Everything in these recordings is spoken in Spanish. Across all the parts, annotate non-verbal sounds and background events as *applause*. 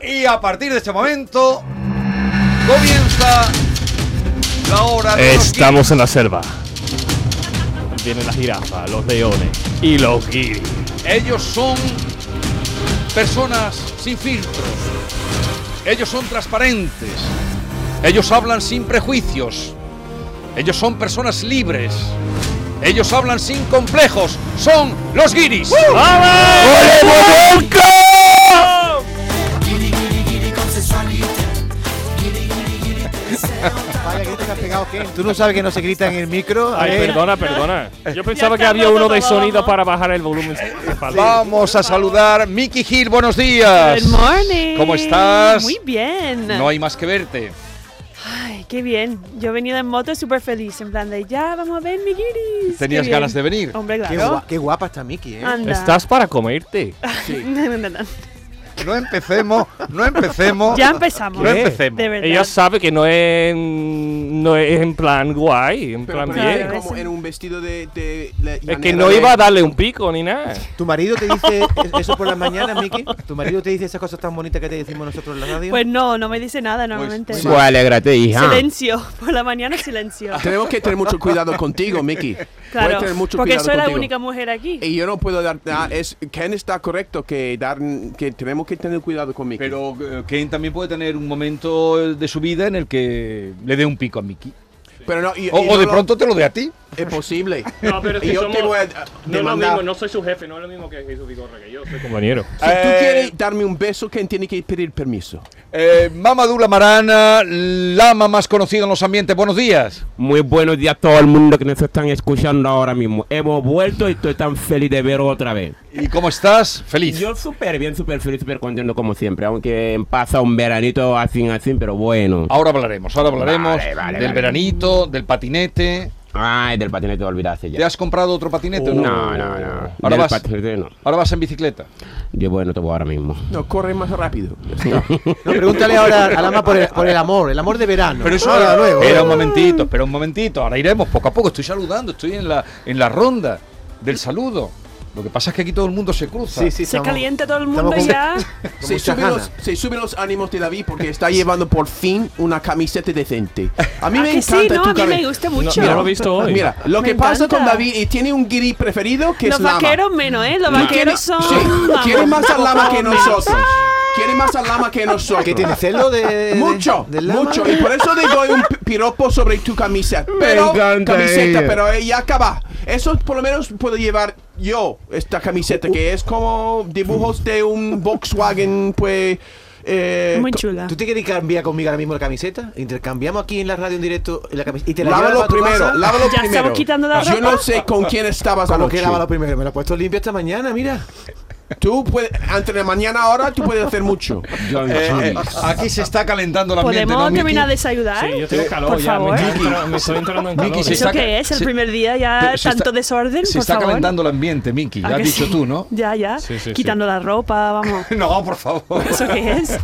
Y a partir de este momento comienza la hora de los Estamos en la selva. Vienen las jirafas, los leones y los guiris. guiris. Ellos son personas sin filtros. Ellos son transparentes. Ellos hablan sin prejuicios. Ellos son personas libres. Ellos hablan sin complejos. Son los guiris. Vaya grito que has pegado, Ken. ¿Tú no sabes que no se grita en el micro? Eh, A Ay, ver. perdona, perdona. Yo pensaba que está había uno de todo, sonido vamos. para bajar el volumen. Vale. Vamos a saludar Mickey Gil. Buenos días. Good morning. ¿Cómo estás? Muy bien. No hay más que verte. Ay, qué bien. Yo he venido en moto súper feliz, en plan de ya, vamos a ver mi guiris. Tenías Qué bien. ganas de venir. Hombre, Qué, claro. gua- qué guapa está Miki, ¿eh? Anda. Estás para comerte. *laughs* No, no, no, no. No empecemos, no Oh, empecemos. Ya empezamos. No ¿Qué? empecemos. De verdad. Ella sabe que no es, no es en plan guay, en Pero plan para bien. parece Claro, como es- en un vestido de. de la Es que llanera no de- iba a darle un pico ni nada. ¿Tu marido te dice es- eso por las mañanas, Miki? ¿Tu marido te dice esas cosas tan bonitas que te decimos nosotros en la radio? Pues no, no me dice nada normalmente. Pues alégrate, hija. silencio. *laughs* Por la mañana silencio. Tenemos que tener mucho cuidado contigo, Mickey. Claro. Puedes Ah, tener mucho porque cuidado soy la contigo. única mujer aquí. Y yo no puedo dar. ah, es, Ken está correcto que, dar, que tenemos que tener cuidado con Mickey. Pero eh, Ken también puede tener un momento eh, de su vida en el que le dé un pico a Mickey. Pero no, y- O, y o no de lo- pronto te lo dé a ti. Es posible. No, pero Y yo te voy a. a demandar. soy su jefe, no es lo mismo que Jesús Vigorra, que yo soy compañero. Si tú Eh, quieres darme un beso, Ken tiene que pedir permiso. Eh, Mamadou Lamarana, lama más conocida en los ambientes. Buenos días. Muy buenos días a todo el mundo que nos están escuchando ahora mismo. Hemos vuelto y estoy tan feliz de veros otra vez. ¿Y cómo estás? Feliz. Yo súper bien, súper feliz, súper contento como siempre. Aunque pasa un veranito así, así, pero bueno. Ahora hablaremos, ahora hablaremos Vale, vale, del vale. veranito, del patinete. Ay, del patinete olvidaste ¿Te ya. has comprado otro patinete o no? No, no, no. Ahora Del vas, patinete no. ahora vas en bicicleta. Yo bueno, te voy ahora mismo. No, corre más rápido. No, pregúntale ahora a Lama por el, por el amor, el amor de verano. ahora luego. Espera un momentito, espera un momentito. Ahora iremos poco a poco. Estoy saludando, estoy en la, en la ronda del saludo. Lo que pasa es que aquí todo el mundo se cruza. Sí, sí, Se estamos- calienta todo el estamos mundo con- ya. con Se mucha suben, los, gana. se suben los ánimos de David porque está llevando por fin una camiseta decente. A mí ¿A me Ah, que encanta sí, no, tu a mí cabeza. me gusta mucho. mira, lo he visto hoy. Mira, lo Me que pasa encanta. con David y tiene un guiri preferido que Los es Lama. vaqueros menos, ¿eh? Los vaqueros son. Sí, vamos, quiere más a un Lama poco que menos. nosotros. Quiere más a Lama que nosotros. ¿Que tiene celo de, de- mucho, del Lama? mucho. Y por eso le doy un pi- piropo sobre tu camiseta. Pero, encanta camiseta, ella. pero eh, ya acaba. Eso por lo menos puedo llevar yo, esta camiseta, que es como dibujos de un Volkswagen, pues... eh, Muy chula. ¿Tú te quieres cambiar conmigo ahora mismo la camiseta? Intercambiamos aquí en la radio en directo la camiseta y te la llevas Lávalo para tu primero, casa? lávalo Ya primero. estamos quitando la Yo ropa. no sé con quién estabas Como anoche. que lávalo primero, me la he puesto limpia esta mañana, mira. Tú puedes, entre la mañana ahora, tú puedes hacer mucho. John Eh, eh, Jones. aquí se está calentando la ambiente. ¿Podemos ¿no, Miki? terminar de desayudar? Sí, yo tengo calor por ya. Me, favor. está entrando- me estoy entrando en Vicky, calor. se ¿Eso está- qué es? ¿El se- primer día ya Pero se tanto está- desorden? Se por está favor. calentando el ambiente, Miki. Ya ¿A has que dicho sí? tú, ¿no? Ya, ya. Sí, sí, sí. Quitando la ropa, vamos. *laughs* No, por favor. ¿Eso qué es?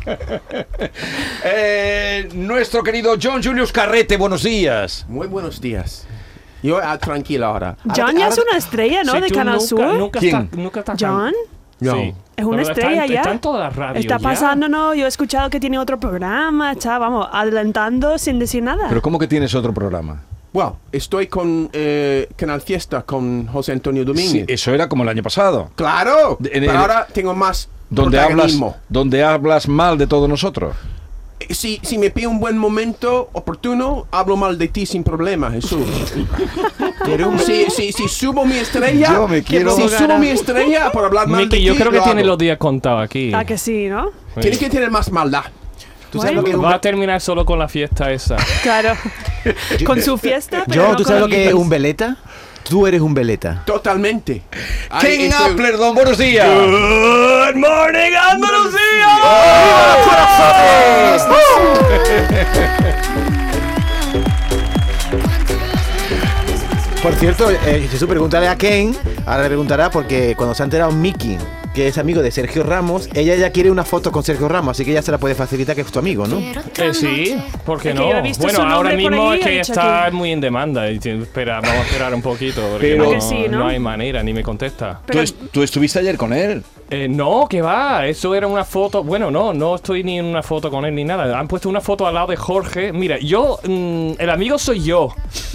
Eh, nuestro querido John Julius Carrete, buenos días. Muy buenos días. Yo ah, tranquila ahora. John ya es una estrella, ¿no? Sí, de tú Canal nunca- Sur. Nunca ¿Quién? está- nunca está tan- John No. Sí. es una Pero está en- estrella ya. Está en toda la radio. Está ya. pasando, no. Yo he escuchado que tiene otro programa, está, vamos, adelantando sin decir nada. Pero ¿cómo que tienes otro programa? Bueno, estoy con eh, Canal Fiesta con José Antonio Sí, Domínguez. eso era como el año pasado. Claro. De- en pero el- ahora tengo más Donde hablas, protagonismo. donde hablas mal de todos nosotros. Eh, Si, si me pide un buen momento oportuno, hablo mal de ti sin problema, Jesús. si, si, si subo mi estrella, Yo me si quiero- subo mi estrella por hablar mal de Miki, ti, yo creo que lo tiene hago. los días contados aquí. Ah, que sí, ¿no? Sí. Tienes que tener más maldad. ¿Tú sabes Bueno. lo que es un Va a terminar solo con la fiesta esa. Claro. con su fiesta. pero John, no ¿tú sabes lo con- que es un veleta? Tú eres un veleta. Totalmente. Ahí Ken estoy- Appler, don, buenos *laughs* días. *laughs* Good morning, Andalucía. Por cierto, eh, Jesús, pregúntale a Ken, ahora le preguntará porque cuando se ha enterado Mickey, que es amigo de Sergio Ramos, ella ya quiere una foto con Sergio Ramos, así que ya se la puede facilitar que es tu amigo, ¿no? Eh, sí, ¿por qué Es que no? yo he visto su Bueno, nombre ahora por mismo ahí, es he que dicho está aquí. muy en demanda. y tiene- Espera, vamos a esperar un poquito. Porque Pero- no, Que sí, ¿no? no hay manera, ni me contesta. ¿Tú, Pero, est- tú estuviste ayer con él. Eh, no, que va, eso era una foto. Bueno, no, no estoy ni en una foto con él ni nada. Han puesto una foto al lado de Jorge. Mira, yo, mm, el amigo soy yo,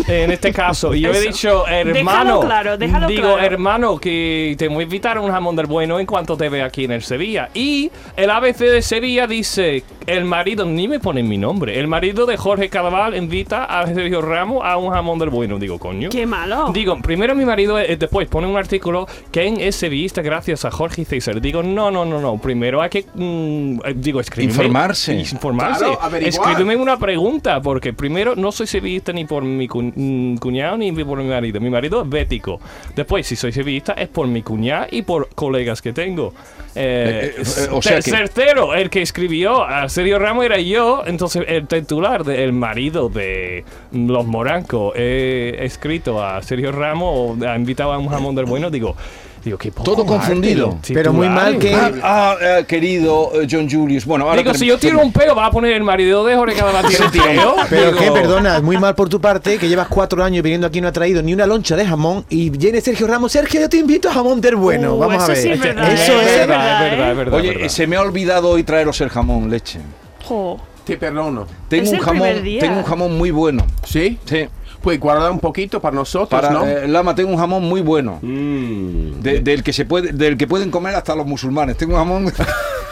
en este caso. Y yo he Eso. dicho, Déjalo hermano. claro, déjalo digo, claro. hermano, que te voy a invitar a un jamón del bueno en cuanto te vea aquí en el Sevilla. Y el ABC de Sevilla dice: el marido, ni me ponen mi nombre, el marido de Jorge Cadaval invita a Sergio Ramos a un jamón del bueno. Digo, coño. Qué malo. Digo, primero mi marido, eh, después pone un artículo, Ken es sevillista gracias a Jorge César. Digo, no, no, no, no, primero hay que, mm, eh, digo, escribirme. Informarse. Informarse. Claro, averiguar. Escríbeme una pregunta, porque primero no soy sevillista ni por mi cu- mm, cuñado ni por mi marido. Mi marido es bético. Después, si soy sevillista, es por mi cuñado y por colegas que tengo. Eh, Eh, eh, eh, o sea ter- que- Tercero, el que escribió a Sergio Ramos era yo, entonces el titular del marido de los Morancos he escrito a Sergio Ramos, ha invitado a un jamón del bueno, digo, digo que Todo confundido. Pero muy mal que- Ah, ah, eh, querido eh, John Julius. Bueno, ahora. Digo, term- si yo tiro un peo, va a poner el marido de Jorge Cadaval tiene un peo. Pero Digo, que, perdona, muy mal por tu parte, que llevas cuatro años viniendo aquí y no ha traído ni una loncha de jamón y viene Sergio Ramos. Sergio, yo te invito a jamón del bueno. Uh, Vamos a eso ver. sí es verdad, eso ¿eh? es es. verdad, verdad, es verdad, es verdad. Oye, es verdad. se me ha olvidado hoy traeros el jamón, leche. Jo. Te perdono. Tengo Es un el jamón, primer día. tengo un jamón muy bueno. ¿Sí? Sí. Pues guarda un poquito para nosotros, Para ¿no? eh, Lama tengo un jamón muy bueno, Mmm. de- del que se puede, del que pueden comer hasta los musulmanes. Tengo un jamón,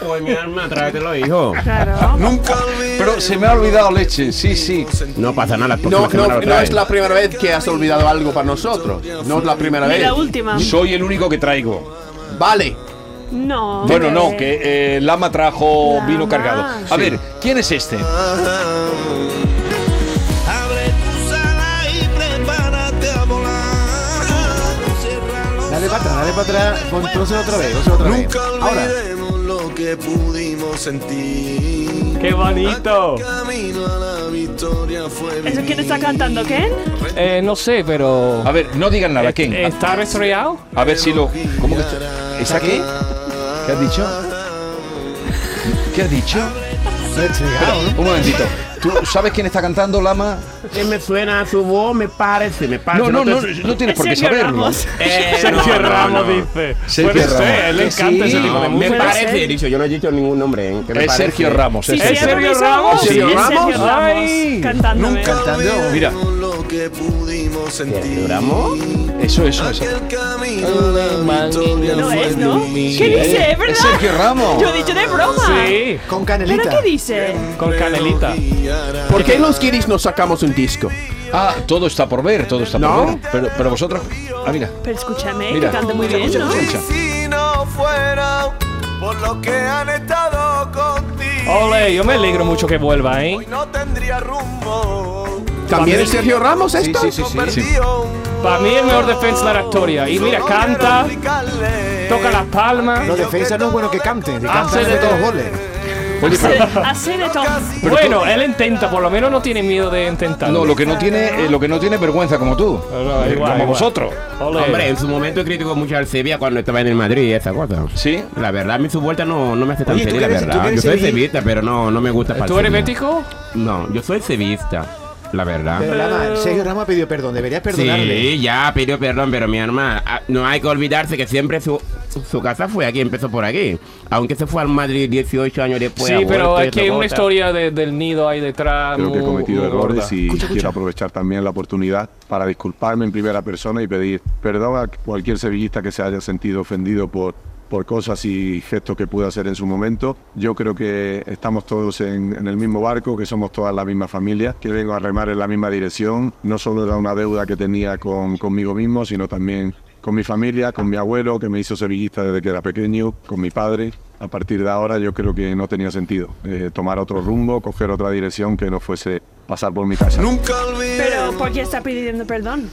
Pues mi alma, tráetelo, hijo. Claro. pero se me ha olvidado leche. Sí, sí. No pasa nada, la No, próxima no, semana lo no traes. es la primera vez que has olvidado algo para nosotros. No es la primera Y vez. la última. Soy el único que traigo. Vale. No. Bueno, no, hombre. que eh, Lama trajo Lama. vino cargado. A Sí. ver, ¿quién es este? Abre tu sala y prepárate a volar. Cierra los Dale para atrás, dale para atrás. Pon- pónselo otra vez, pónselo otra vez. Nunca Ahora. olvidemos lo que pudimos sentir. Qué bonito. Aquel camino a la victoria fue ¿Eso quién está vivir. cantando? ¿Ken? Eh, no sé, pero... A ver, no digan nada, ¿quién? ¿Está resfriado? A ver si lo. ¿Cómo que está? ¿Está qué? ¿Qué has dicho? ¿Qué has dicho? Un momentito. ¿Tú sabes quién está cantando, Lama? Eh, me suena su voz, me parece, me No, parece. no, no, te- no tienes Es por qué Sergio saberlo. Ramos. Eh, *laughs* Sergio no, no, Ramos no. dice. Sergio Puede ser, Ramos. él le encanta ese tipo de No, me música. parece, he dicho, yo no he dicho ningún nombre. ¿eh? ¿Qué me Es parece? Sergio Ramos. Sí, es se Sergio. sí, Sergio llama Luis Ramos. Sí, Sergio es Ramos. Sergio Ramos. Ay. Cantándome. Nunca Cantando, olvidemos mira. lo que pudimos sentir. ¿Celebramos? Eso, eso, eso. Aquel camino a la victoria No fue es, ¿no? vivir. ¿Qué dice? ¿Es verdad? Es Sergio Ramos. Yo he dicho de broma. Sí, Con ¿Pero canelita. qué dice? con canelita. ¿Por qué los guiris no sacamos un disco? Ah, todo está por ver, todo está No. por ver. Pero, pero vosotros. Ah, mira. Pero escúchame, Mira. que canta muy bien, Escucha, ¿no? escucha, escucha. Si no fuera por lo que han estado contigo. Ole, yo me alegro mucho que vuelva, ¿eh? Hoy no tendría rumbo. ¿También es Sergio Ramos Sí, esto? sí, sí, sí. sí. Para mí el mejor defensa de la historia. Y mira, canta, toca las palmas. Los defensas no es bueno que canten, Ah, que Hace cantan de de todos los todo. goles. Oye, Hace, pero- hace de todo. Bueno, él intenta, por lo menos no tiene miedo de intentar. no, lo que no tiene, eh, lo que no tiene es vergüenza como tú. No, no, Eh, como igual, igual. vosotros. Ole. Hombre, en su momento he criticado mucho al Sevilla cuando estaba en el Madrid y esa cosa. Sí. La verdad, a mí su vuelta no, no me hace tan Oye, ¿tú feliz, la que eres- tú que verdad. Yo eres soy sevi- sevillista, pero no, no me gusta para el ¿tú eres Sevilla. bético? No, yo soy sevillista, la verdad. Pero Lama, Sergio Ramos ha pedido perdón, deberías perdonarle. Sí, ya pidió perdón, pero mi hermana, ah, no hay que olvidarse que siempre su, su casa fue aquí, empezó por aquí. Aunque se fue al Madrid 18 años después. Sí, ha pero vuelto y es que hay esa una cosa. historia de- del nido ahí detrás. Creo que he muy- cometido muy errores gorda. y quiero aprovechar también la oportunidad para disculparme en primera persona y pedir perdón a cualquier sevillista que se haya sentido ofendido por, por cosas y gestos que pude hacer en su momento. Yo creo que estamos todos en, en el mismo barco, que somos todas la misma familia, que vengo a remar en la misma dirección. No solo era una deuda que tenía con- conmigo mismo, sino también con mi familia, con mi abuelo, que me hizo sevillista desde que era pequeño, con mi padre. A partir de ahora yo creo que no tenía sentido eh, tomar otro rumbo, coger otra dirección que no fuese pasar por mi casa. Nunca olvidemos. Pero ¿por qué está pidiendo perdón?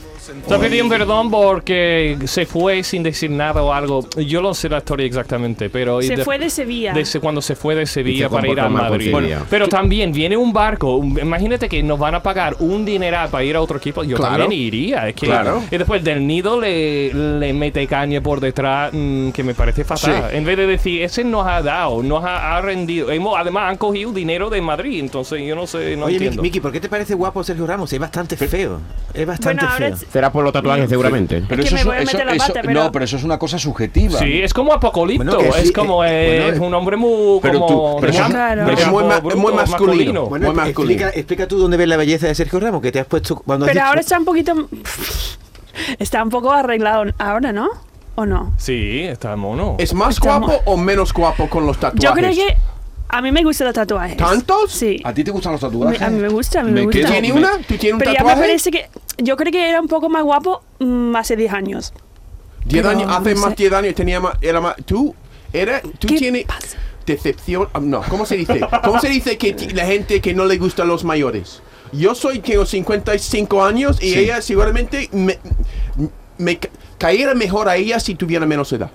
Te pedí un perdón porque se fue sin decir nada o algo. Yo no sé la historia exactamente, pero... y Se de- fue de Sevilla. desde cuando se fue de Sevilla Y se para ir comportó a mal con Madrid. Sevilla. Bueno, pero también viene un barco. un- imagínate que nos van a pagar un dineral para ir a otro equipo. Yo Claro. también iría. Es que, Claro. Y después del nido le, le mete caña por detrás, mm, que me parece fatal. En vez de decir, ese nos ha dado, nos ha, ha rendido. Hemos- además, han cogido dinero de Madrid. Entonces, yo no sé, no Oye, Miki, entiendo. Miki, ¿por qué te parece guapo Sergio Ramos? Es bastante feo. Es bastante Bueno, ahora feo. es- Será por los tatuajes, seguramente. Pero que eso me es- voy a eso- meter la eso- pata, pero- No, pero eso es una cosa subjetiva. Sí, es como Apocalipto. Bueno, que sí, es como eh, eh, bueno, un hombre muy. pero tú- como, pero de eso- campo, Claro. de Es muy campo ma- es bruto, muy masculino. Bueno, Muy masculino. explica, explica tú dónde ves la belleza de Sergio Ramos, que te has puesto cuando has Pero dicho- ahora está un poquito. *laughs* Está un poco arreglado ahora, ¿no? ¿O no? Sí, está mono. ¿Es más Estamos- guapo o menos guapo con los tatuajes? Yo creo que. A mí me gustan los tatuajes. ¿Tantos? Sí. ¿A ti te gustan los A mí, tatuajes? a mí me gusta, a mí me, Me gusta. quedo- ¿Tiene una? ¿Tú tienes un Pero ya me tatuaje? parece que. Yo creo que era un poco más guapo mm, hace 10 años. Diez Pero, años- hace no más sé. 10 años tenía más, era más, tú, era, tú ¿Qué tienes pasa? decepción, ah, no, ¿cómo se dice? ¿Cómo se dice que ti- la gente que no le gusta a los mayores? Yo soy, tengo 55 años y ella seguramente me, me ca- caería mejor a ella si tuviera menos edad.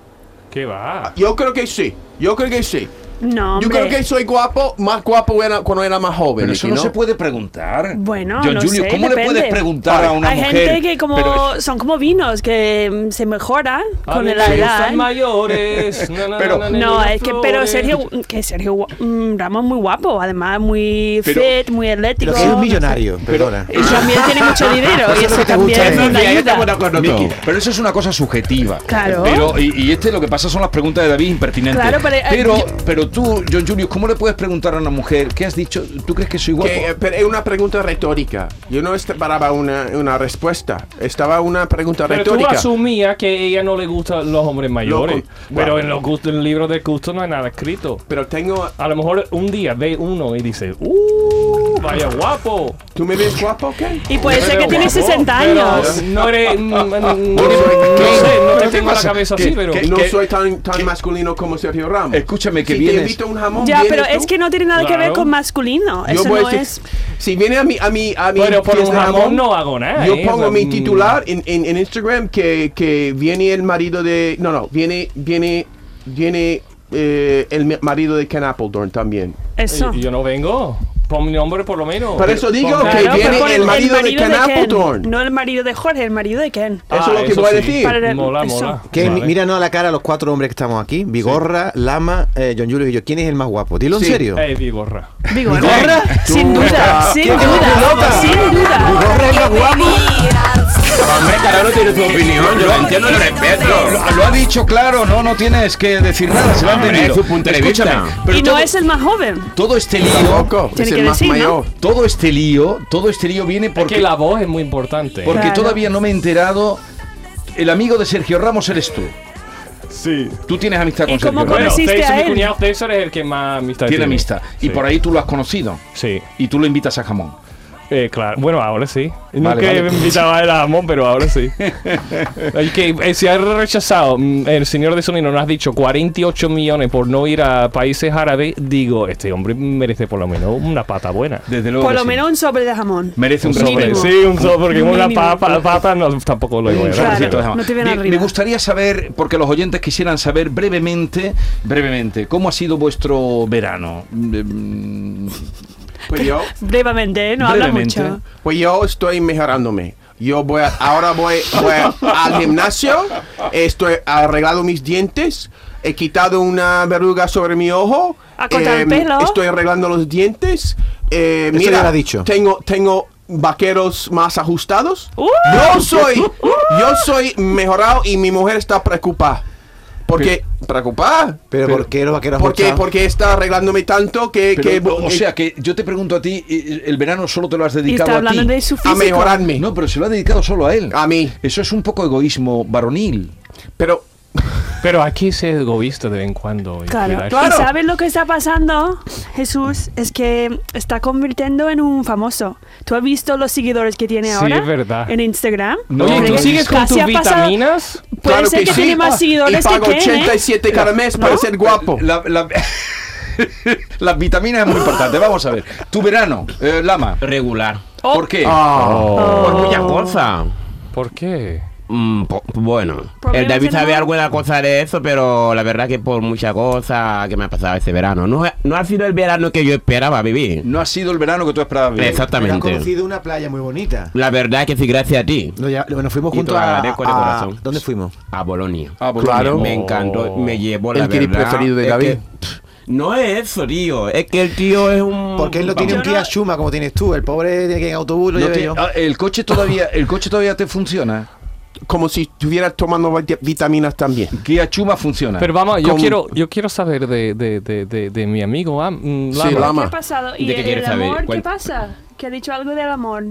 ¿Qué va? Yo creo que sí, yo creo que sí. No, Yo hombre. creo que soy guapo, más guapo era cuando era más joven. Pero ¿y eso que no se puede preguntar. Bueno, John no Julio, sé, ¿cómo le depende. puedes preguntar a una Hay mujer? gente que como Pero, son como vinos que mm, se mejoran Ah, con la Amigos, edad. son *laughs* mayores. No, no, Pero- no, no, no, No, no, es que pero flores. Sergio que Sergio Gua- mm, Ramos muy guapo, además muy Pero- fit, muy atlético. Lo que es un millonario, perdona. Y también tiene mucho dinero y eso te gusta, también ¿eh? nos Mira, ya estamos ayuda. de acuerdo Miki, todos. pero eso es una cosa subjetiva. Claro. Pero, y, y este lo que pasa son las preguntas de David impertinentes. Claro, pero, eh, pero, yo- pero tú, John Julius, ¿cómo le puedes preguntar a una mujer qué has dicho? ¿Tú crees que soy guapo? eh, pero es una pregunta retórica. Yo no esperaba una, una respuesta. Estaba una pregunta Pero tú retórica. asumías que ella no le gustan los hombres mayores. Loco. pero Bueno. en los gustos, en el libro de gusto no hay nada escrito. Pero tengo. A lo mejor un día ve uno y dice, ¡Uh! ¡Vaya guapo! ¿Tú me ves guapo o qué? Y puede ser Pero que tiene guapo, 60 pero años. No eres. *laughs* mm, mm, mm, No Pero sé, no ¿qué te te tengo la pasa? cabeza ¿Qué- así, pero. qué- No soy tan, tan masculino como Sergio Ramos. Escúchame, que si vienes- te invito a un jamón. Ya, ¿vienes pero tú? es que no tiene nada que ver Claro. con masculino. Yo Eso voy a no decir- es Si viene a mi a mi a mi Pero por un fiesta de jamón no hago nada, Yo ¿eh? O pongo sea, mi mm. titular en, en, en Instagram que, que viene el marido de no no viene viene viene eh, el marido de Ken Appledorn también. eso. Y- Yo no vengo. Pon mi nombre por lo menos. Por eso digo Pon- que Claro, viene pero con el marido de Ken Appleton. Ah, No el marido de Jorge, el marido de Ken. Eso es lo que Ah, eso voy a sí. decir. Para- Mola, eso. mola. Que Vale. mi- míranos a la cara a los cuatro hombres que estamos aquí. Vigorra, Lama, eh, John Julio y yo. ¿Quién es el más guapo? Dilo en Sí. serio. Eh, Vigorra. Digo, ¿no? *laughs* sin duda, Tú- sin ¿Quién te duda, gusta? sin duda. Vigorra es más guapo. Hombre, cada uno tiene su opinión. Yo lo entiendo y lo respeto. Lo, lo ha dicho claro, no, no tienes que decir nada, se lo han Hombre, tenido. es su punto de Escúchame, vista. pero Y no todo, es el más joven. todo este lío, Tampoco, es Tiene el que más decir, ¿no? mayor. todo este lío, todo este lío viene Porque porque la voz es muy importante. Porque Claro. todavía no me he enterado. El amigo de Sergio Ramos eres tú. Sí. Tú tienes amistad ¿Y con Sergio cómo Ramos. bueno, conociste César, a mi él? cuñado César es el que más amistad Tiene amistad. Y Sí. por ahí tú lo has conocido. Sí, Y tú lo invitas a jamón. eh, claro. Bueno, ahora sí. Nunca Vale, vale. me invitaba a él a jamón, pero ahora *laughs* sí. Es que eh, si has rechazado, mm, el señor de Sonido nos has dicho 48 millones por no ir a países árabes, digo, este hombre merece por lo menos una pata buena. Desde luego. Por que lo sí. menos un sobre de jamón. Merece un Un sobre. respeto. Mínimo. Sí, un so, porque una Mínimo. papa, pata no, tampoco lo digo. Un yo, Claro, sobrecito de jamón. no te viene Bien, arriba. me gustaría saber, porque los oyentes quisieran saber brevemente, brevemente, cómo ha sido vuestro verano. Mm, Pues yo Brevemente, ¿eh? no habla Brevemente. mucho. Pues yo estoy mejorándome. Yo voy a- ahora voy, voy al gimnasio, estoy arreglando mis dientes, he quitado una verruga sobre mi ojo, ¿Ha cortado el em, Ah, pelo? estoy arreglando los dientes. eh, Eso mira, ya lo ha dicho. tengo tengo vaqueros más ajustados. ¡Uh! Yo soy yo soy mejorado y mi mujer está preocupada. Porque preocupada. Pero, ¿por qué los vaqueros Porque mochados? porque está arreglándome tanto que, pero, que- eh, o sea, que yo te pregunto a ti, eh, el verano solo te lo has Y dedicado está a ti. hablando de su a físico. mejorarme. No, pero se lo ha dedicado solo a él. A mí. Eso es un poco egoísmo varonil. Pero Pero aquí se es egoísta de vez en cuando. y Claro. cuidar. ¿Y sabes lo que está pasando, Jesús? Es que está convirtiendo en un famoso. ¿Tú has visto los seguidores que tiene Sí, ahora? es verdad. En Instagram. No, Oye, ¿tú no, sigues con Casi tus ha pasado- vitaminas? Puede Claro ser que, que sí. tiene Ah, más y seguidores que pago Ken, ¿eh? 87 cada mes para ser guapo. La- la- *laughs* las vitaminas es muy importante. Vamos a ver. Tu verano, eh, Lama. Regular. Oh. ¿Por qué? Por muchas cosas. ¿Por qué? Mm, po- bueno, Problemas el David en sabe la- algo de la cosa de eso, pero la verdad que por muchas cosas que me ha pasado este verano. No, no ha sido el verano que yo esperaba vivir. No ha sido el verano que tú esperabas vivir. Pero has Exactamente. conocido una playa muy bonita. La verdad que sí, gracias a ti. Nos, lle- nos fuimos Y juntos te lo a, agradezco de a- corazón. ¿Dónde fuimos? A Bolonia. Ah, Bolonia. Me encantó, me llevó la El guiri verdad preferido de es David. que, pff, No es eso, tío. Es que el tío es Mm, un. Porque él no tiene un Vamos. Kia Shuma como tienes tú. El pobre tiene que ir en autobús lo No lleve te- yo. ah, el coche todavía, el coche todavía te funciona. Como si estuviera tomando vit- vitaminas también. Ah, Kia Chuma funciona. Pero vamos, yo Como- quiero, yo quiero saber de, de, de, de, de mi amigo ah, mm, Sí, Lama. Lama. ¿Qué ama. ha pasado? ¿Y ¿De qué el, quieres saber? amor? ¿Qué Cuenta. pasa? Que ha dicho algo del amor.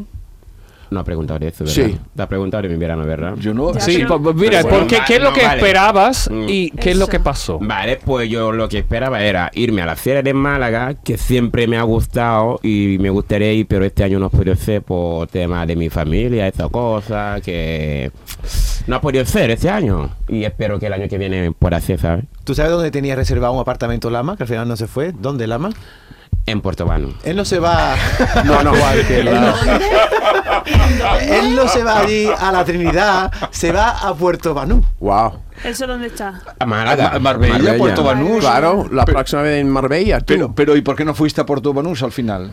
No ha preguntado eso, ¿verdad? Sí. Te ha preguntado de mi verano, ¿verdad? yo no. Ya, Sí, pero- pues mira, Pero bueno, porque ¿qué es lo no, que vale. esperabas Mm. y qué es lo Eso. que pasó? Vale, pues yo lo que esperaba era irme a las fieras de Málaga, que siempre me ha gustado y me gustaría ir, pero este año no he podido ser por temas de mi familia, estas cosas, que no ha podido ser este año. Y espero que el año que viene pueda ser, ¿sabes? ¿Tú sabes dónde tenía reservado un apartamento Lama? Que al final no se fue. ¿Dónde Lama? En Puerto Vano. Él no se va. *laughs* pues- No, no, Él no- *laughs* Él no se va allí a la Trinidad, se va a Puerto Banú. Wow. ¿Eso dónde está? A Málaga. Ma- Marbella, Puerto Banús. Claro, la Pero- próxima vez en Marbella, tú. Pero, pero ¿y por qué no fuiste a Porto Banús al final?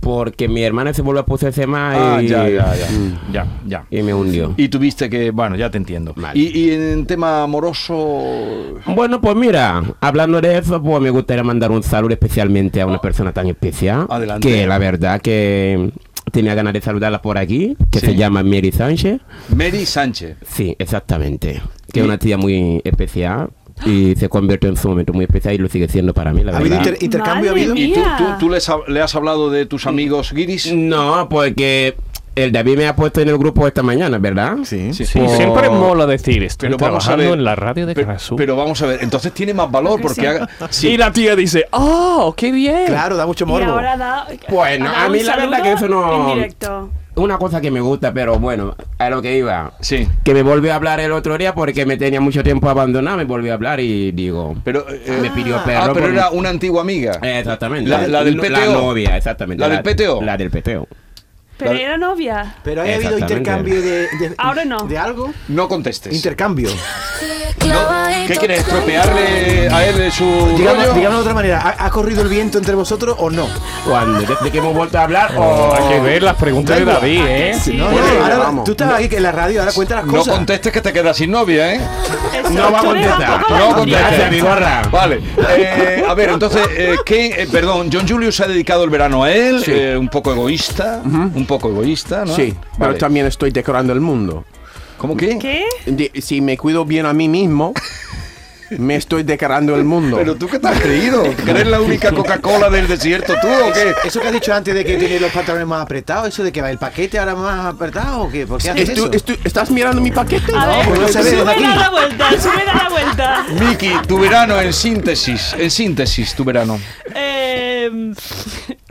Porque mi hermana se volvió a poseerse más Ah, y, ya, ya, ya. Mm. Ya, ya. y me hundió. Y tuviste que, bueno, ya te entiendo. Vale. Y, y en tema amoroso, Bueno, pues mira, hablando de eso, pues me gustaría mandar un saludo especialmente a una persona tan especial. Adelante. Que la verdad que tenía ganas de saludarla por aquí, que Sí. se llama Mary Sánchez. Mary Sánchez. Sí, exactamente. Que es una tía muy especial y se convirtió en su momento muy especial y lo sigue siendo para mí, la ¿Ha habido verdad. inter- intercambio? ha Madre habido? ¿Y tú, Mía. tú, tú les ha- le has hablado de tus amigos guiris? No, porque el David me ha puesto en el grupo esta mañana, ¿verdad? Sí. Sí. Oh. Y Mm, siempre mola decir, estoy Pero vamos a trabajando ver. en la radio de Pero, Canal Sur. pero vamos a ver, entonces tiene más valor Creo porque que sí. haga- sí. Y la tía dice, ¡oh, qué bien! Claro, da mucho Y morbo. ahora da. Bueno, ha dado a mí un la verdad saludo que eso no- En directo. Una cosa que me gusta, pero bueno, a lo que iba. Sí. Que me volvió a hablar el otro día porque me tenía mucho tiempo abandonado, me volvió a hablar y digo, Pero, eh, me pidió perro. ah, pero por- era una antigua amiga. Eh. Exactamente. La- la del PTO. novia, exactamente. La del PTO. La del PTO. Pero La- era novia. Pero ha habido Exactamente. intercambio de, de- Ahora no. de algo. No contestes. Intercambio. ¿No? ¿Qué quieres? ¿Estropearle a él su rollo? Digamos, digamos de otra manera, ¿ha, ha corrido el viento entre vosotros o no? Cuando desde que hemos vuelto a hablar, Oh, Oh, o Hay que ver las preguntas de David, ¿eh? Sí. No, no, Bueno, ahora vamos. tú estás aquí en la radio, ahora cuenta las No cosas. contestes que te quedas sin novia, ¿eh? Eso, no va a tú eres un contestar. poco No la- contestes. Gracias, mi gorra. Vale. Eh, a ver, entonces, eh, ¿qué- eh, perdón, John Julius ha dedicado el verano a él, Sí. eh, un poco egoísta, un poco egoísta, ¿no? Sí, Vale. pero también estoy decorando el mundo. ¿Cómo que? ¿Qué? De- si me cuido bien a mí mismo, me estoy decorando el mundo. Pero tú qué te has creído? ¿Que eres la única Coca-Cola del desierto tú o qué? Eso que has dicho antes de que tienes los pantalones más apretados, eso de que va el paquete ahora más apretado o qué? ¿Por qué haces ¿Es tú- eso? es tú- ¿Estás mirando mi paquete? A ver, pues no se ve desde sube aquí. a la vuelta, sube a la vuelta. *laughs* Miki, tu verano en síntesis, en síntesis tu verano. Eh,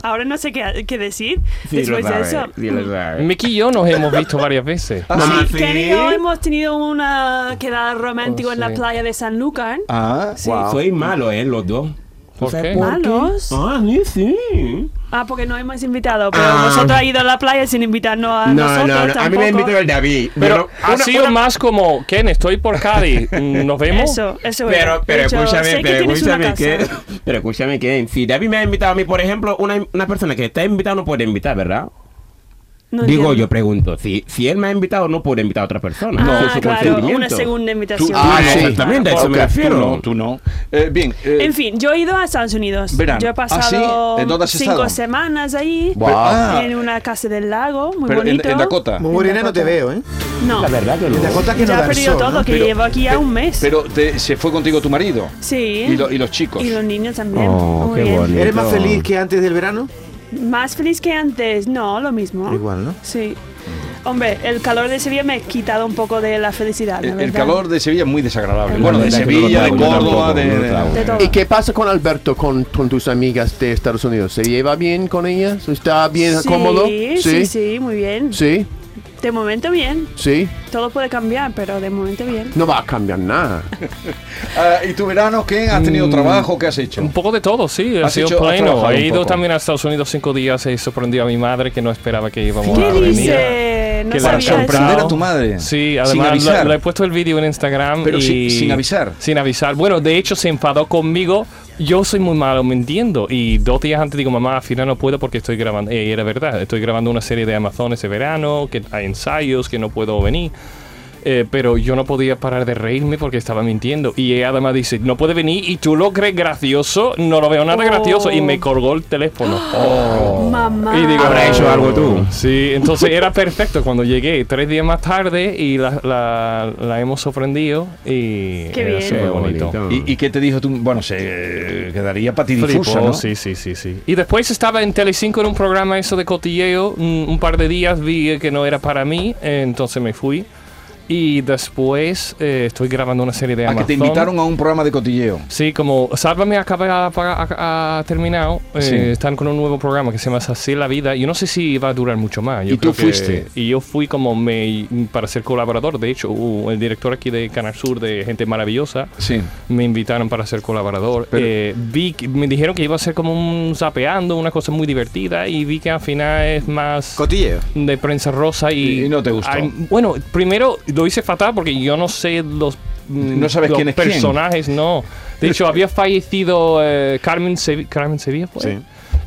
ahora no sé qué, qué decir después de eso. Mickey y yo nos hemos visto varias veces. Mm. Sí, Ken y yo hemos tenido una quedada Oh, romántica en la playa de Sanlúcar. Ah, Sí. Soy malo, ¿eh? Los dos. ¿Por qué? ¿Malos? Ah, sí, sí. Ah, porque no hemos invitado. Pero Ah. vosotros ha ido a la playa sin invitarnos a No, nosotros no, no. tampoco. A mí me invitó el David. Pero ha una- sido una- más como, Ken, estoy por Cádiz, mm, ¿nos vemos? Eso, eso es. Pero, pero De hecho, sé escúchame, que pero tienes una escúchame que. casa. Pero escúchame que. Si David me ha invitado a mí, por ejemplo, una, una persona que está invitada no puede invitar, ¿verdad? No Digo, entiendo. yo pregunto, si, si él me ha invitado, no puede invitar a otra persona. Ah, Con su claro, consentimiento. una segunda invitación. Ah, sí. Exactamente, a eso me Ok, refiero. Tú no, tú no. Eh, bien, eh, En fin, yo he ido a Estados Unidos. Verano. Yo he Ah, ¿sí? pasado ¿En dónde has cinco estado? semanas ahí. Wow. Ah. En una casa del lago, muy pero en, bonito. en Dakota. Muy morena no te veo, ¿eh? No, La verdad que no. Te cuenta que no ya da he el perdido sol, todo, ¿no? que llevo aquí ya pe- un mes. Pero te- se fue contigo tu marido sí. y, lo- y los chicos. Y los niños también. Oh, Muy qué bien. bonito. ¿Eres más feliz que antes del verano? Más feliz que antes. No, lo mismo. Igual, ¿no? Sí. Hombre, el calor de Sevilla me ha quitado un poco de la felicidad. el, la el verdad. calor de Sevilla es muy desagradable. La Bueno, de verdad que no lo Sevilla, de trago, yo Córdoba, tampoco, de... no lo trago. De todo. ¿Y qué pasa con Alberto, con, con tus amigas de Estados Unidos? ¿Se lleva bien con ellas? ¿Está bien sí, cómodo? Sí, sí, muy bien. sí, De momento bien. sí. Todo puede cambiar, pero de momento bien. No va a cambiar nada. Ah, ¿Y tu verano qué? ¿Has tenido Mm. trabajo? ¿Qué has hecho? Un poco de todo, sí, ha Has sido hecho- has pleno. trabajado He un ido poco. también a Estados Unidos cinco días, he sorprendido a mi madre que no esperaba que íbamos ¿Qué a venir. dice? No Que la Para sabía eso. sorprender a eso. tu madre. Sí, sin además le, avisar. le he puesto el vídeo en Instagram. Pero y- sin- sin avisar. Sin avisar. Bueno, de hecho se enfadó conmigo. Yo soy muy malo mintiendo. Y dos días antes digo, mamá, al final no puedo porque estoy grabando. Eh, Y era verdad, estoy grabando una serie de Amazon ese verano, que hay ensayos, que no puedo venir. eh, pero yo no podía parar de reírme porque estaba mintiendo. Y ella además dice, no puede venir y tú lo crees gracioso, no lo veo nada Oh. gracioso. Y me colgó *gasps* el teléfono. Oh, Mamá. Y digo, Ah. Habrá hecho algo tú. Sí, entonces era perfecto cuando llegué tres días más tarde y la, la- la hemos sorprendido y Qué era bien. súper Qué bonito. bonito. ¿Y, y qué te dijo tú? Bueno, se eh, quedaría patidifusa, Flipó, ¿no? Sí, sí, sí, sí. Y después estaba en Telecinco en un programa eso de cotilleo, un, un par de días vi que no era para mí, eh, entonces me fui. Y después eh, estoy grabando una serie de A Ah, que Amazon. te invitaron a un programa de cotilleo. Sí, como Sálvame acaba acaba- ha ha terminado. eh, Sí. Están con un nuevo programa que se llama Así es la vida. Yo no sé si va a durar mucho más. Yo ¿Y tú creo que- fuiste? Y yo fui como me, para ser colaborador. De hecho, hubo el director aquí de Canal Sur, de Gente Maravillosa, Sí. me invitaron para ser colaborador. Pero- Eh, vi, que- me dijeron que iba a ser como un zapeando, una cosa muy divertida. Y vi que al final es más Cotilleo. de prensa rosa y, Y no te gustó. bueno, primero lo hice fatal porque yo no sé los mm, No sabes los quién es quién. personajes, no. De hecho, había fallecido eh, Carmen, Sevi- Carmen Sevilla, ¿fue? Sí.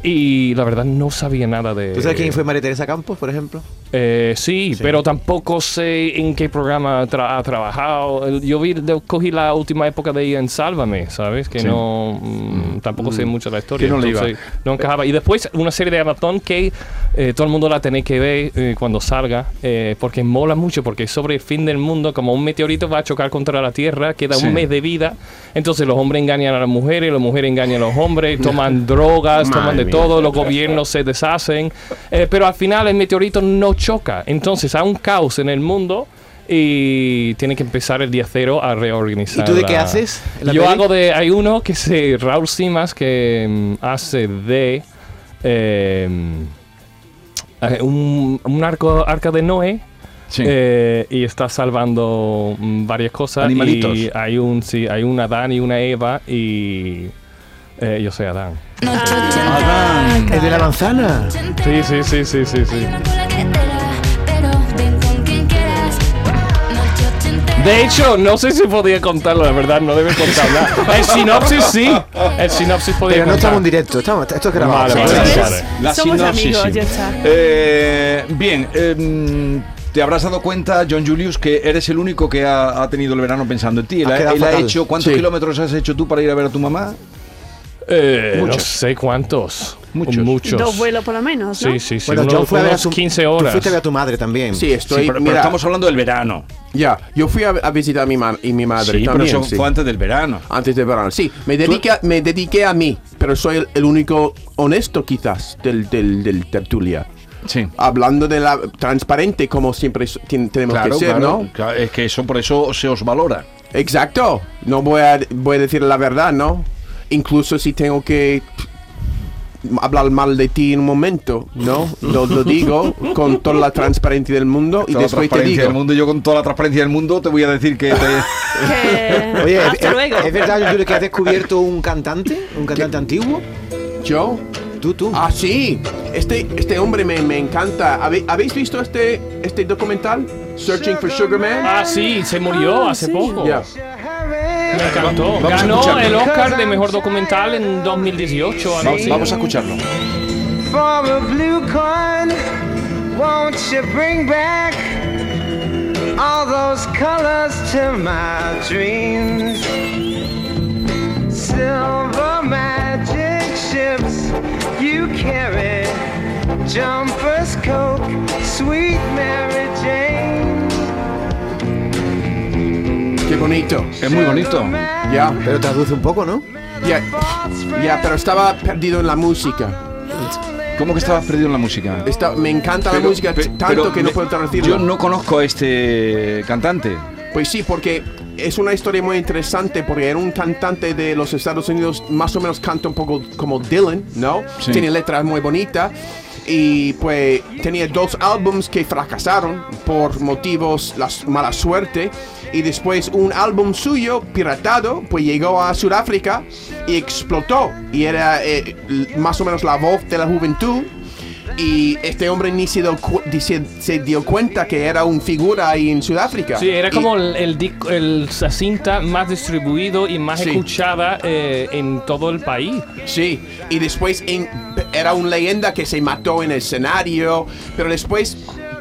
Y la verdad no sabía nada de... ¿Tú sabes quién fue María Teresa Campos, por ejemplo? Eh, sí, pero tampoco sé en qué programa tra- ha trabajado. El- Yo vi, de- cogí la última época de ella en Sálvame, ¿sabes? Que no. mm, tampoco sé mucho de la historia. Que no le iba. entonces no encajaba. Y después una serie de Amazon que eh, todo el mundo la tenéis que ver eh, cuando salga, eh, porque mola mucho, porque es sobre el fin del mundo, como un meteorito va a chocar contra la Tierra, queda Sí. un mes de vida. Entonces los hombres engañan a las mujeres, las mujeres engañan a los hombres, toman drogas, toman Madre de mía. todo todos los gobiernos se deshacen, eh, pero al final el meteorito no choca. Entonces hay un caos en el mundo y tiene que empezar el día cero a reorganizar. ¿Y tú de la- qué haces en la Yo peli? hago de. Hay uno que se. Raúl Simas que mm, hace de. eh, eh, un, un arco, arca de Noé. Sí. Eh, y está salvando mm, varias cosas. Animalitos. Y hay un, sí, hay un Adán y una Eva y eh, yo soy Adán. Adán. El de la manzana. Sí, sí, sí, sí, sí, sí. De hecho, no sé si podía contarlo, la verdad, no debe contar nada. El sinopsis sí. El sinopsis podía Pero no contar. estamos en directo, estamos, esto es Vale, grabado. vale, Pues ¿Ves? vale. La Somos sinopsis, amigos, sí. ya está. Eh, bien, eh, te habrás dado cuenta, John Julius, que eres el único que ha, ha tenido el verano pensando en ti. Él, Ha ha- quedado él ha fatal. hecho, ¿Cuántos Sí. kilómetros has hecho tú para ir a ver a tu mamá? Eh, No Muchos. sé cuántos. Muchos. Dos vuelos por lo menos, ¿no? Sí, sí, sí. Bueno, uno- John fue a ver a unos su, 15 tú horas. fuiste a ver a tu madre también. Sí, estoy. sí, pero, pero mira, estamos hablando del verano. Ya, yo fui a, a visitar a mi, ma- y mi madre sí, también. pero eso sí. fue antes del verano. Antes de verano, sí. Me dediqué, a, me dediqué a mí, pero soy el, el único honesto quizás del, del, del tertulia. Sí. Hablando de la transparente como siempre so- tien- tenemos Claro, que ser, claro. ¿no? Claro, Es que eso por eso se os valora. Exacto. No voy a, voy a decir la verdad, ¿no? Incluso si tengo que pff, hablar mal de ti en un momento, ¿no? Lo, lo digo con toda la transparencia del mundo y Toda la después te transparencia del digo. mundo, yo con toda la transparencia del mundo te voy a decir que te- *laughs* Que- *laughs* Oye, eh, ¿es- hasta es, luego. ¿es verdad, Julio, que has descubierto un cantante? ¿Un cantante antiguo? Yo Tú, tú. Ah, sí. Este, este hombre me, me encanta. ¿Habe- ¿Habéis visto este, este documental? Searching for Sugar Man. Ah, sí, se murió Ah, hace sí. poco. Yeah. Me encantó. Vamos a Ganó escucharlo. el Oscar de Mejor Documental en 2018. algo vamos, así. vamos a escucharlo. For a blue coin, won't you bring back all those colors to my dreams? Silver magic ships you carry, jumpers, coke, sweet Mary Jane. Qué bonito. Es muy bonito. Ya, Pero traduce un poco, ¿no? ya, ya, pero estaba perdido en la música. ¿Cómo que estabas perdido en la música? Está- me encanta la Pero- música pe- t- pero tanto que no me- puedo traducirla. Yo no conozco a este cantante. Pues sí, porque es una historia muy interesante porque era un cantante de los Estados Unidos, más o menos canta un poco como Dylan, ¿no? Sí. Tiene letras muy bonitas y pues tenía dos álbums que fracasaron por motivos la s- mala suerte y después un álbum suyo piratado pues llegó a Sudáfrica y explotó y era eh, l- más o menos la voz de la juventud y este hombre ni se, dio cu- ni se- se dio cuenta que era un figura ahí en Sudáfrica. Sí, era Y- como el, el, disco- el- la cinta más distribuido y más Sí. escuchada eh, en todo el país. sí, y después en- era una leyenda que se mató en el escenario, pero después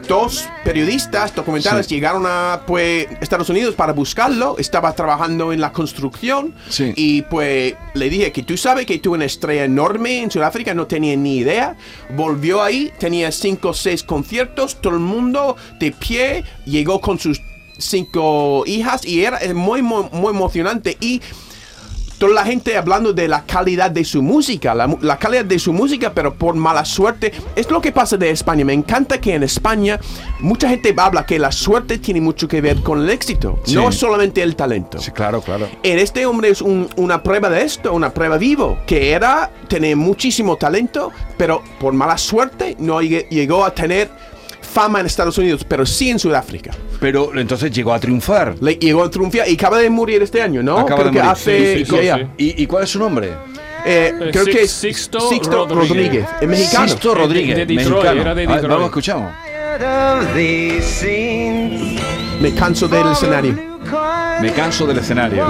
dos periodistas documentales Sí. llegaron a pues, Estados Unidos para buscarlo. Estaba trabajando en la construcción. Sí. Y pues le dije que tú sabes que tuvo una estrella enorme en Sudáfrica, no tenía ni idea. Volvió ahí, tenía cinco o seis conciertos, todo el mundo de pie, llegó con sus cinco hijas y era eh, muy, muy, muy emocionante. Y toda la gente hablando de la calidad de su música, la, mu- la calidad de su música, pero por mala suerte. Es lo que pasa de España. Me encanta que en España mucha gente habla que la suerte tiene mucho que ver con el éxito, Sí. no solamente el talento. Sí, claro, claro. En este hombre es un- una prueba de esto, una prueba vivo, que era tener muchísimo talento, pero por mala suerte no llegue- llegó a tener fama en Estados Unidos, pero sí en Sudáfrica. Pero entonces llegó a triunfar. Le llegó a triunfar y acaba de morir este año, ¿no? Acaba Creo de que morir. Sí, hace... sí, sí, ya, sí. ¿Y, y cuál es su nombre? eh, Eh, creo Six- que es Sixto Rodríguez, Rodríguez. es mexicano. Sisto Eh, de- Rodríguez. de Detroit, mexicano. era de A ver, Detroit. vamos, escuchamos. Me canso del escenario. Me canso del escenario.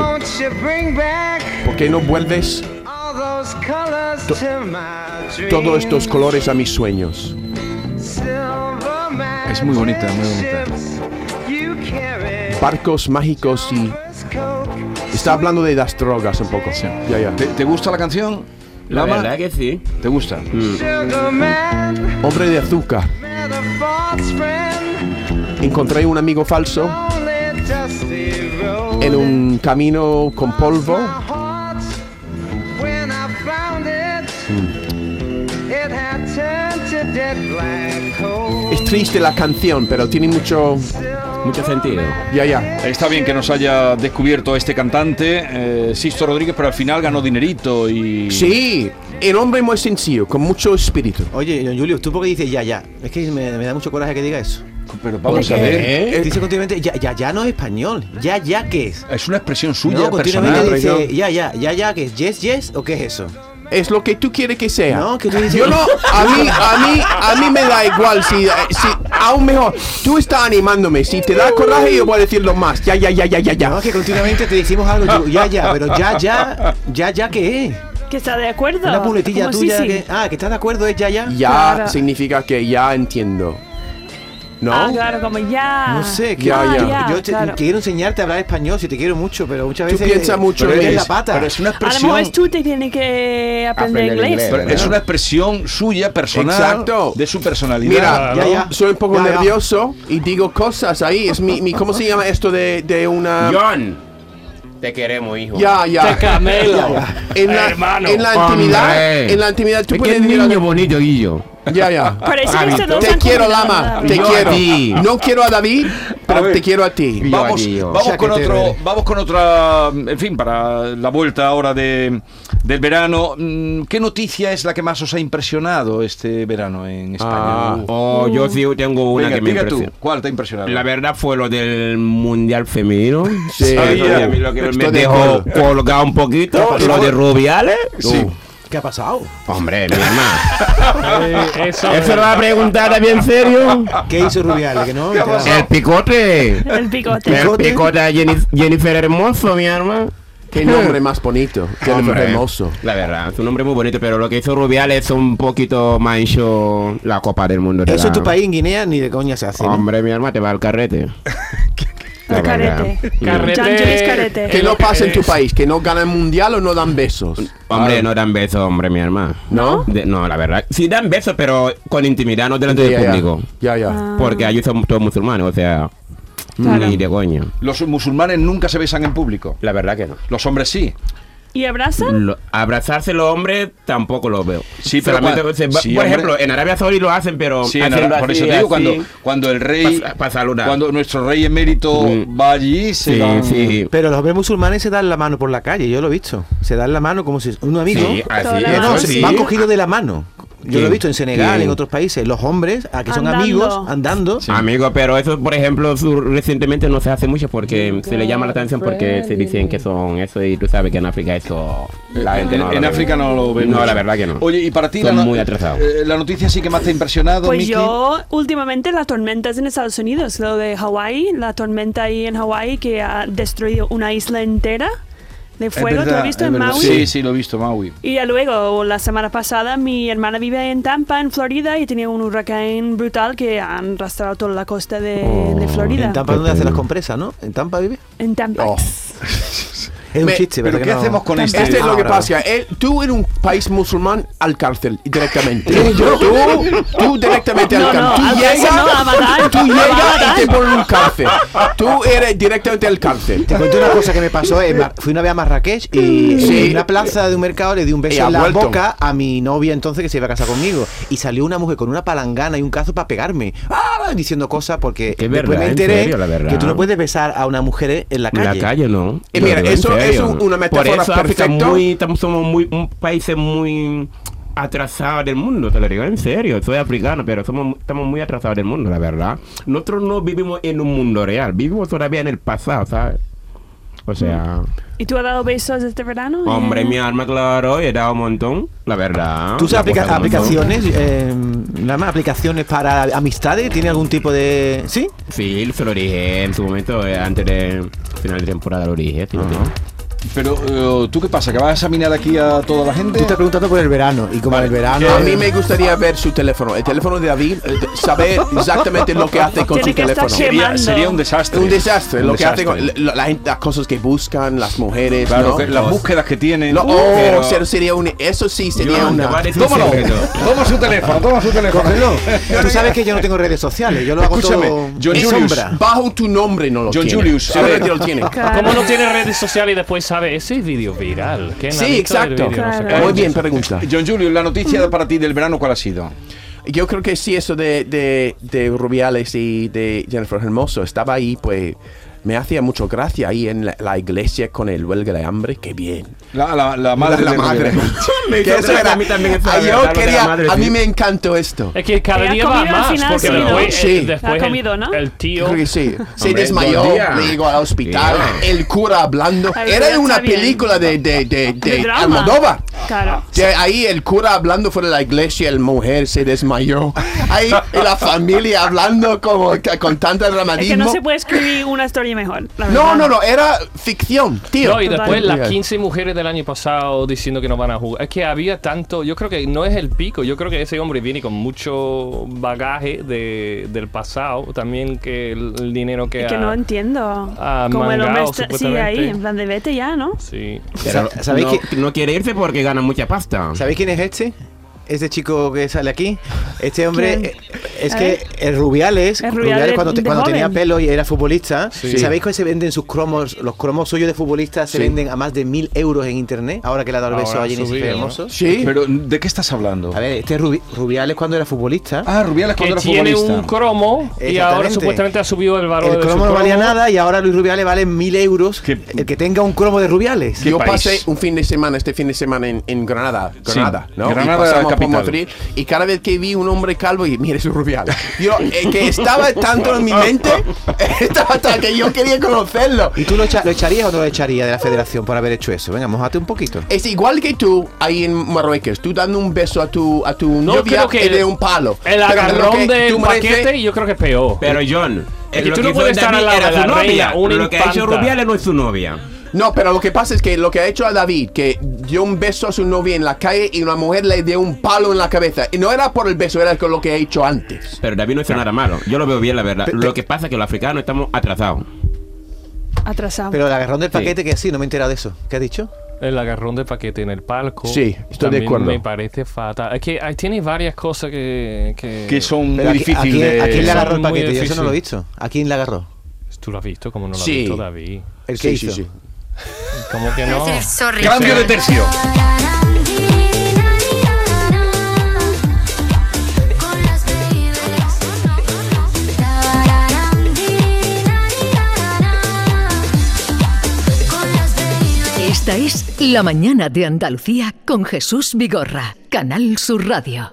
porque no vuelves to- todos estos colores a mis sueños? Es muy bonita, muy bonita. Barcos mágicos y... Está hablando de las drogas un poco. Ya, ya. ¿Te, te gusta la canción? La Lama? verdad que sí. ¿Te gusta? Hombre de azúcar. Encontré un amigo falso Mm. en un camino con polvo. Es triste la canción, pero tiene mucho... Mucho sentido. Ya, ya. Está bien que nos haya descubierto este cantante, eh, Sisto Rodríguez, pero al final ganó dinerito y. Sí, el hombre muy sencillo, con mucho espíritu. Oye, don Julio, ¿tú por qué dices ya, ya? Es que me, me da mucho coraje que diga eso. Pero vamos a ver. ¿Eh? Dice continuamente, ya, ya, ya no es español. Ya, ya, ¿qué es? Es una expresión suya, No, pues continuamente personal. dice, ya, ya, ya, ya, ¿qué es? ¿Yes, yes o qué es eso? Es lo que tú quieres que sea. No, que tú dices- Yo no, a mí, a mí, a mí me da igual si, eh, si, aún mejor, tú estás animándome. Si te da coraje, yo voy a decirlo más. Ya, ya, ya, ya, ya, No, ya. es Ah, que continuamente te decimos algo, yo, ya, ya, pero ya, ya, ya, ya, ¿qué es? Que está de acuerdo. Una puletilla Como tuya Sisi. que. Ah, que estás de acuerdo, es ya, ya. Ya Claro. significa que ya entiendo. ¿No? Ah, claro, como Ah, ya. No sé, que Ya, yo- ya. yo te- claro. quiero enseñarte a hablar español si te quiero mucho, pero muchas veces. piensas mucho pero en eres la inglés, pata. Pero es una A lo expresión. mejor es tú te tienes que aprender, Aprender inglés. inglés. pero es una expresión suya, personal. Exacto. De su personalidad. Mira, Ya, ya. soy un poco Ya, ya. nervioso y digo cosas ahí. Es mi, mi- ¿Cómo se llama esto de, de una...? John, te queremos, hijo. Ah. Ya, Ah. ya. Te *laughs* camelo. En la, Hermano. en la intimidad, Hombre. en la intimidad tú Es que puedes es decir niño algo- bonito, Guillo. Ya, ya. Parece que estos dos Te han quiero, combinado, Lama. ¿verdad? Te Yo a quiero. ti. No quiero a David, pero te quiero a ti. Yo Vamos, aquí, yo. vamos con Chaquetero otro, eres. vamos con otra, en fin, para la vuelta ahora de, del verano. Mm, ¿Qué noticia es la que más os ha impresionado este verano en España? Uh. Oh, yo sí tengo una Venga, que me diga impresiona. tú, ¿cuál te ha impresionado? La verdad fue lo del Mundial Femenino. Sí. Eso a mí lo que Estoy me de dejó acuerdo. colgado un poquito. pasó? Lo de Rubiales. Sí. Uh, ¿Qué ha pasado? hombre, *laughs* mi hermano. Eh, eso. ¿Eso lo va a preguntar también en serio? *laughs* ¿Qué hizo Rubiales? Que no, te la- El picote. El picote. El ¿Picote? picote a Jenny- Jennifer Hermoso, mi hermano. *laughs* Qué nombre más bonito. Qué nombre Hombre, hermoso. La verdad, es un nombre muy bonito, pero lo que hizo Rubiales es un poquito más hecho la Copa del Mundo. Eso en tu ¿verdad? país, en Guinea, ni de coña se hace. ¿eh? ¿no? Ah. Hombre, mi hermano, te va al carrete. Al carrete. verdad. Carrete. Chancho es carete. Eh, Que lo no pasa en tu es. país, que no ganan mundial o no dan besos. Mm. Hombre, no dan besos, hombre, mi hermano. ¿No? De- no, la verdad. Sí dan besos, pero con intimidad, no delante del Ya, ya. público. Ya, Ah. ya. Porque allí son todos musulmanes, o sea, Claro. ni de coño. Los musulmanes nunca se besan en público. La verdad que no. Los hombres sí. ¿Y abrazan? Lo- abrazarse los hombres tampoco lo veo. Sí, pero Solamente cuando- se va- sí, por hombre. ejemplo, en Arabia Saudí lo hacen, pero Sí, en haciendo Ara- por así, eso te digo, cuando, así. cuando el rey, Pa- pa saludar. cuando nuestro rey emérito Mm. va allí, se Sí, dan- sí. Pero los hombres musulmanes se dan la mano por la calle, yo lo he visto. Se dan la mano como si un amigo. Sí, así, Eh, Toda la No, no, eso mano. se sí. van cogidos de la mano. Yo Sí, lo he visto en Senegal, sí. en otros países. Los hombres, a que son Andando. amigos, andando. Amigo, pero eso, por ejemplo, su- recientemente no se hace mucho porque se le llama la atención porque se dicen que son eso y tú sabes que en África eso... La gente En, no lo en ve. África no lo vemos. No, la verdad que no. Oye, y para ti Son la, no- muy atrasados. eh, la noticia sí que más te ha impresionado, Pues Miki? yo, últimamente, las tormentas en Estados Unidos, lo de Hawái, la tormenta ahí en Hawái que ha destruido una isla entera. de fuego, ¿tú verdad, has visto es en verdad. Maui? Sí, sí, lo he visto, Maui. Y ya luego, la semana pasada, mi hermana vive en Tampa, en Florida, y tenía un huracán brutal que han arrastrado toda la costa de, de Florida. En Tampa, ¿dónde hacen las compresas, no? ¿En Tampa vive? En Tampa. Es un Me- chiste, ¿Pero ¿verdad? qué que no? hacemos con este? Este es lo que Ahora. pasa. Él- tú en un país musulmán al cárcel directamente. tú, tú directamente al No, no, cárcel. tú al cárcel llegas, no, a matar. tú A llegas matar. y te ponen un cárcel. Tú eres directamente al cárcel. Te cuento una cosa que me pasó. eh, Mar- Fui una vez a Marrakech y Sí. en una plaza de un mercado le di un Y beso ha en la vuelto. boca a mi novia entonces que se iba a casar conmigo. Y salió una mujer con una palangana y un cazo para pegarme. ¡Ah! Diciendo cosas porque Que es después verdad, me en enteré serio, la verdad. que tú no puedes besar a una mujer en la En calle. la calle no. Eh, Lo mira, digo en eso- serio. eso es una metáfora Por eso África perfecta. muy, tam- somos muy, un país muy atrasado del mundo, te lo digo en serio. Soy africano, pero somos, estamos muy atrasados del mundo, la verdad. Nosotros no vivimos en un mundo real, vivimos todavía en el pasado, ¿sabes? O sea, ¿Y tú has dado besos este verano? hombre, Eh, mi alma, claro, he dado un montón, la verdad. ¿Tú usas Una aplica- cosa de un montón. aplicaciones? Eh, nada más, aplicaciones para amistades? ¿Tiene algún tipo de...? ¿Sí? Sí, se lo dije en su momento, eh, antes de final de temporada lo dije. fíjate. Pero, eh, ¿tú qué pasa? ¿Que vas a examinar aquí a toda la gente? Tú estás preguntando por el verano y como el verano... A mí me gustaría ver su teléfono, el teléfono de David, eh, saber exactamente lo que hace con Tiene su que estar teléfono. siempre sería, quemando. sería un desastre. Un desastre, lo Un que hace con desastre. la- la gente, las cosas que buscan, las mujeres. Claro, ¿no? que las búsquedas que tienen. Lo- oh, Pero- ser- sería un, eso sí sería Yo, una. te parece un Tómalo. secreto. Toma su teléfono, toma su teléfono. Tú sabes que yo no tengo redes sociales, yo lo hago Escúchame, todo John en Julius. sombra. Bajo tu nombre no lo John tiene. Julius, a Seguramente ver. lo tiene. claro. ¿Cómo no tiene redes sociales y después sabe ese vídeo viral? ¿Quién ha Sí, visto el exacto. vídeo? No sé Claro. qué. Muy bien, pregunta. John Julio, la noticia para ti del verano, ¿cuál ha sido? Yo creo que sí, eso de, de, de Rubiales y de Jennifer Hermoso. Estaba ahí, pues me hacía mucho gracia ahí en la, la iglesia con el huelga de hambre. Qué bien. La, la- la madre la de madre. Rubén. *laughs* Que hizo eso gracia, era- a mí también eso, la ah, verdad, yo lo de la quería, madre, a mí sí. me encantó esto. Es que cada Ella día ha va comido al más, final, porque sí, ¿no? después, Sí. el, después Ha comido, el, ¿no? el Yo tío creo que sí. Se Hombre, desmayó, buen día. le llegó al hospital, Yeah. el cura hablando. Ay, Era está una bien. película de, de, de, de, De drama. Almodóvar. Ah. Claro. De ahí el cura hablando fuera de la iglesia, el mujer se desmayó. Ahí y la familia hablando como que- con tanto Es que no dramatismo. se puede escribir una historia mejor. la no, verdad. no, no, era ficción, tío. No, y después Total. las 15 mujeres del año pasado diciendo que no van a jugar. Es que había tanto. Yo creo que no es el pico. Yo creo que ese hombre viene con mucho bagaje de, del pasado. También que el, el dinero que. Es que ha- no entiendo. Ah, Como el hombre mangao, está- sigue supuestamente. ahí, en plan de vete ya, ¿no? Sí. Pero Sa- ¿sabéis no, que- no quiere irse porque gana mucha pasta. ¿Sabéis quién es este? Este chico que sale aquí. Este hombre ¿Quién? eh, es A que ver. el Rubiales, El Rubiales Rubiales cuando, te- de cuando joven. tenía pelo y era futbolista, Sí. ¿sabéis que se venden sus cromos, los cromos suyos de futbolista se Sí. venden a más de mil euros en internet? Ahora que le ha dado el beso Ahora a ha Jennifer subido, ¿no? Hermoso. Sí. Pero, ¿de qué estás hablando? A ver, este Rubi- Rubiales cuando era futbolista, Ah, Rubiales Que cuando era tiene futbolista. un cromo y ahora Exactamente. supuestamente ha subido el valor el de su cromo no valía nada y ahora Luis Rubiales vale mil euros. Qué- El que tenga un cromo de Rubiales. Este Yo país? pasé un fin de semana, este fin de semana en, en Granada, Granada, ¿no? Granada, y pasamos capital. por Madrid y cada vez que vi un hombre calvo y mire su rubial. Yo eh, que estaba tanto en mi mente, *laughs* estaba tan que yo quería conocerlo. ¿Y tú lo, echa- lo echarías o no lo echarías de la federación por haber hecho eso? Venga, mojate un poquito. Es igual que tú ahí en Marruecos, tú dando un beso a tu a tu novia creo que y de un palo. El Pero creo agarrón que del tú mereces- paquete, yo creo que es peor. Pero John, Es eh, que lo tú no hizo puedes estar David al lado era de la su reina, novia. una Lo que ha hecho infanta. Rubiales no es su novia. No, pero lo que pasa es que lo que ha hecho a David, que dio un beso a su novia en la calle y una mujer le dio un palo en la cabeza. Y no era por el beso, era con lo que ha hecho antes. Pero David no hizo nada malo. Yo lo veo bien, la verdad. Lo que pasa es que los africanos estamos atrasados. Atrasado. Pero el agarrón del paquete que sí, no me he enterado de eso. ¿Qué has dicho? El agarrón de paquete en el palco. Sí, estoy de también acuerdo. Me parece fatal. Es que ahí tiene varias cosas que. que- Que son Pero muy ¿a- ¿a, difíciles quién, de... a quién le agarró el son muy paquete? Yo eso no lo he difíciles. visto. ¿A quién le agarró? Tú lo has visto, como no lo has Sí. visto, David. ¿El que Sí, hizo? sí, sí. Como que no. Cambio de tercio. Esta es La Mañana de Andalucía con Jesús Vigorra, Canal Sur Radio.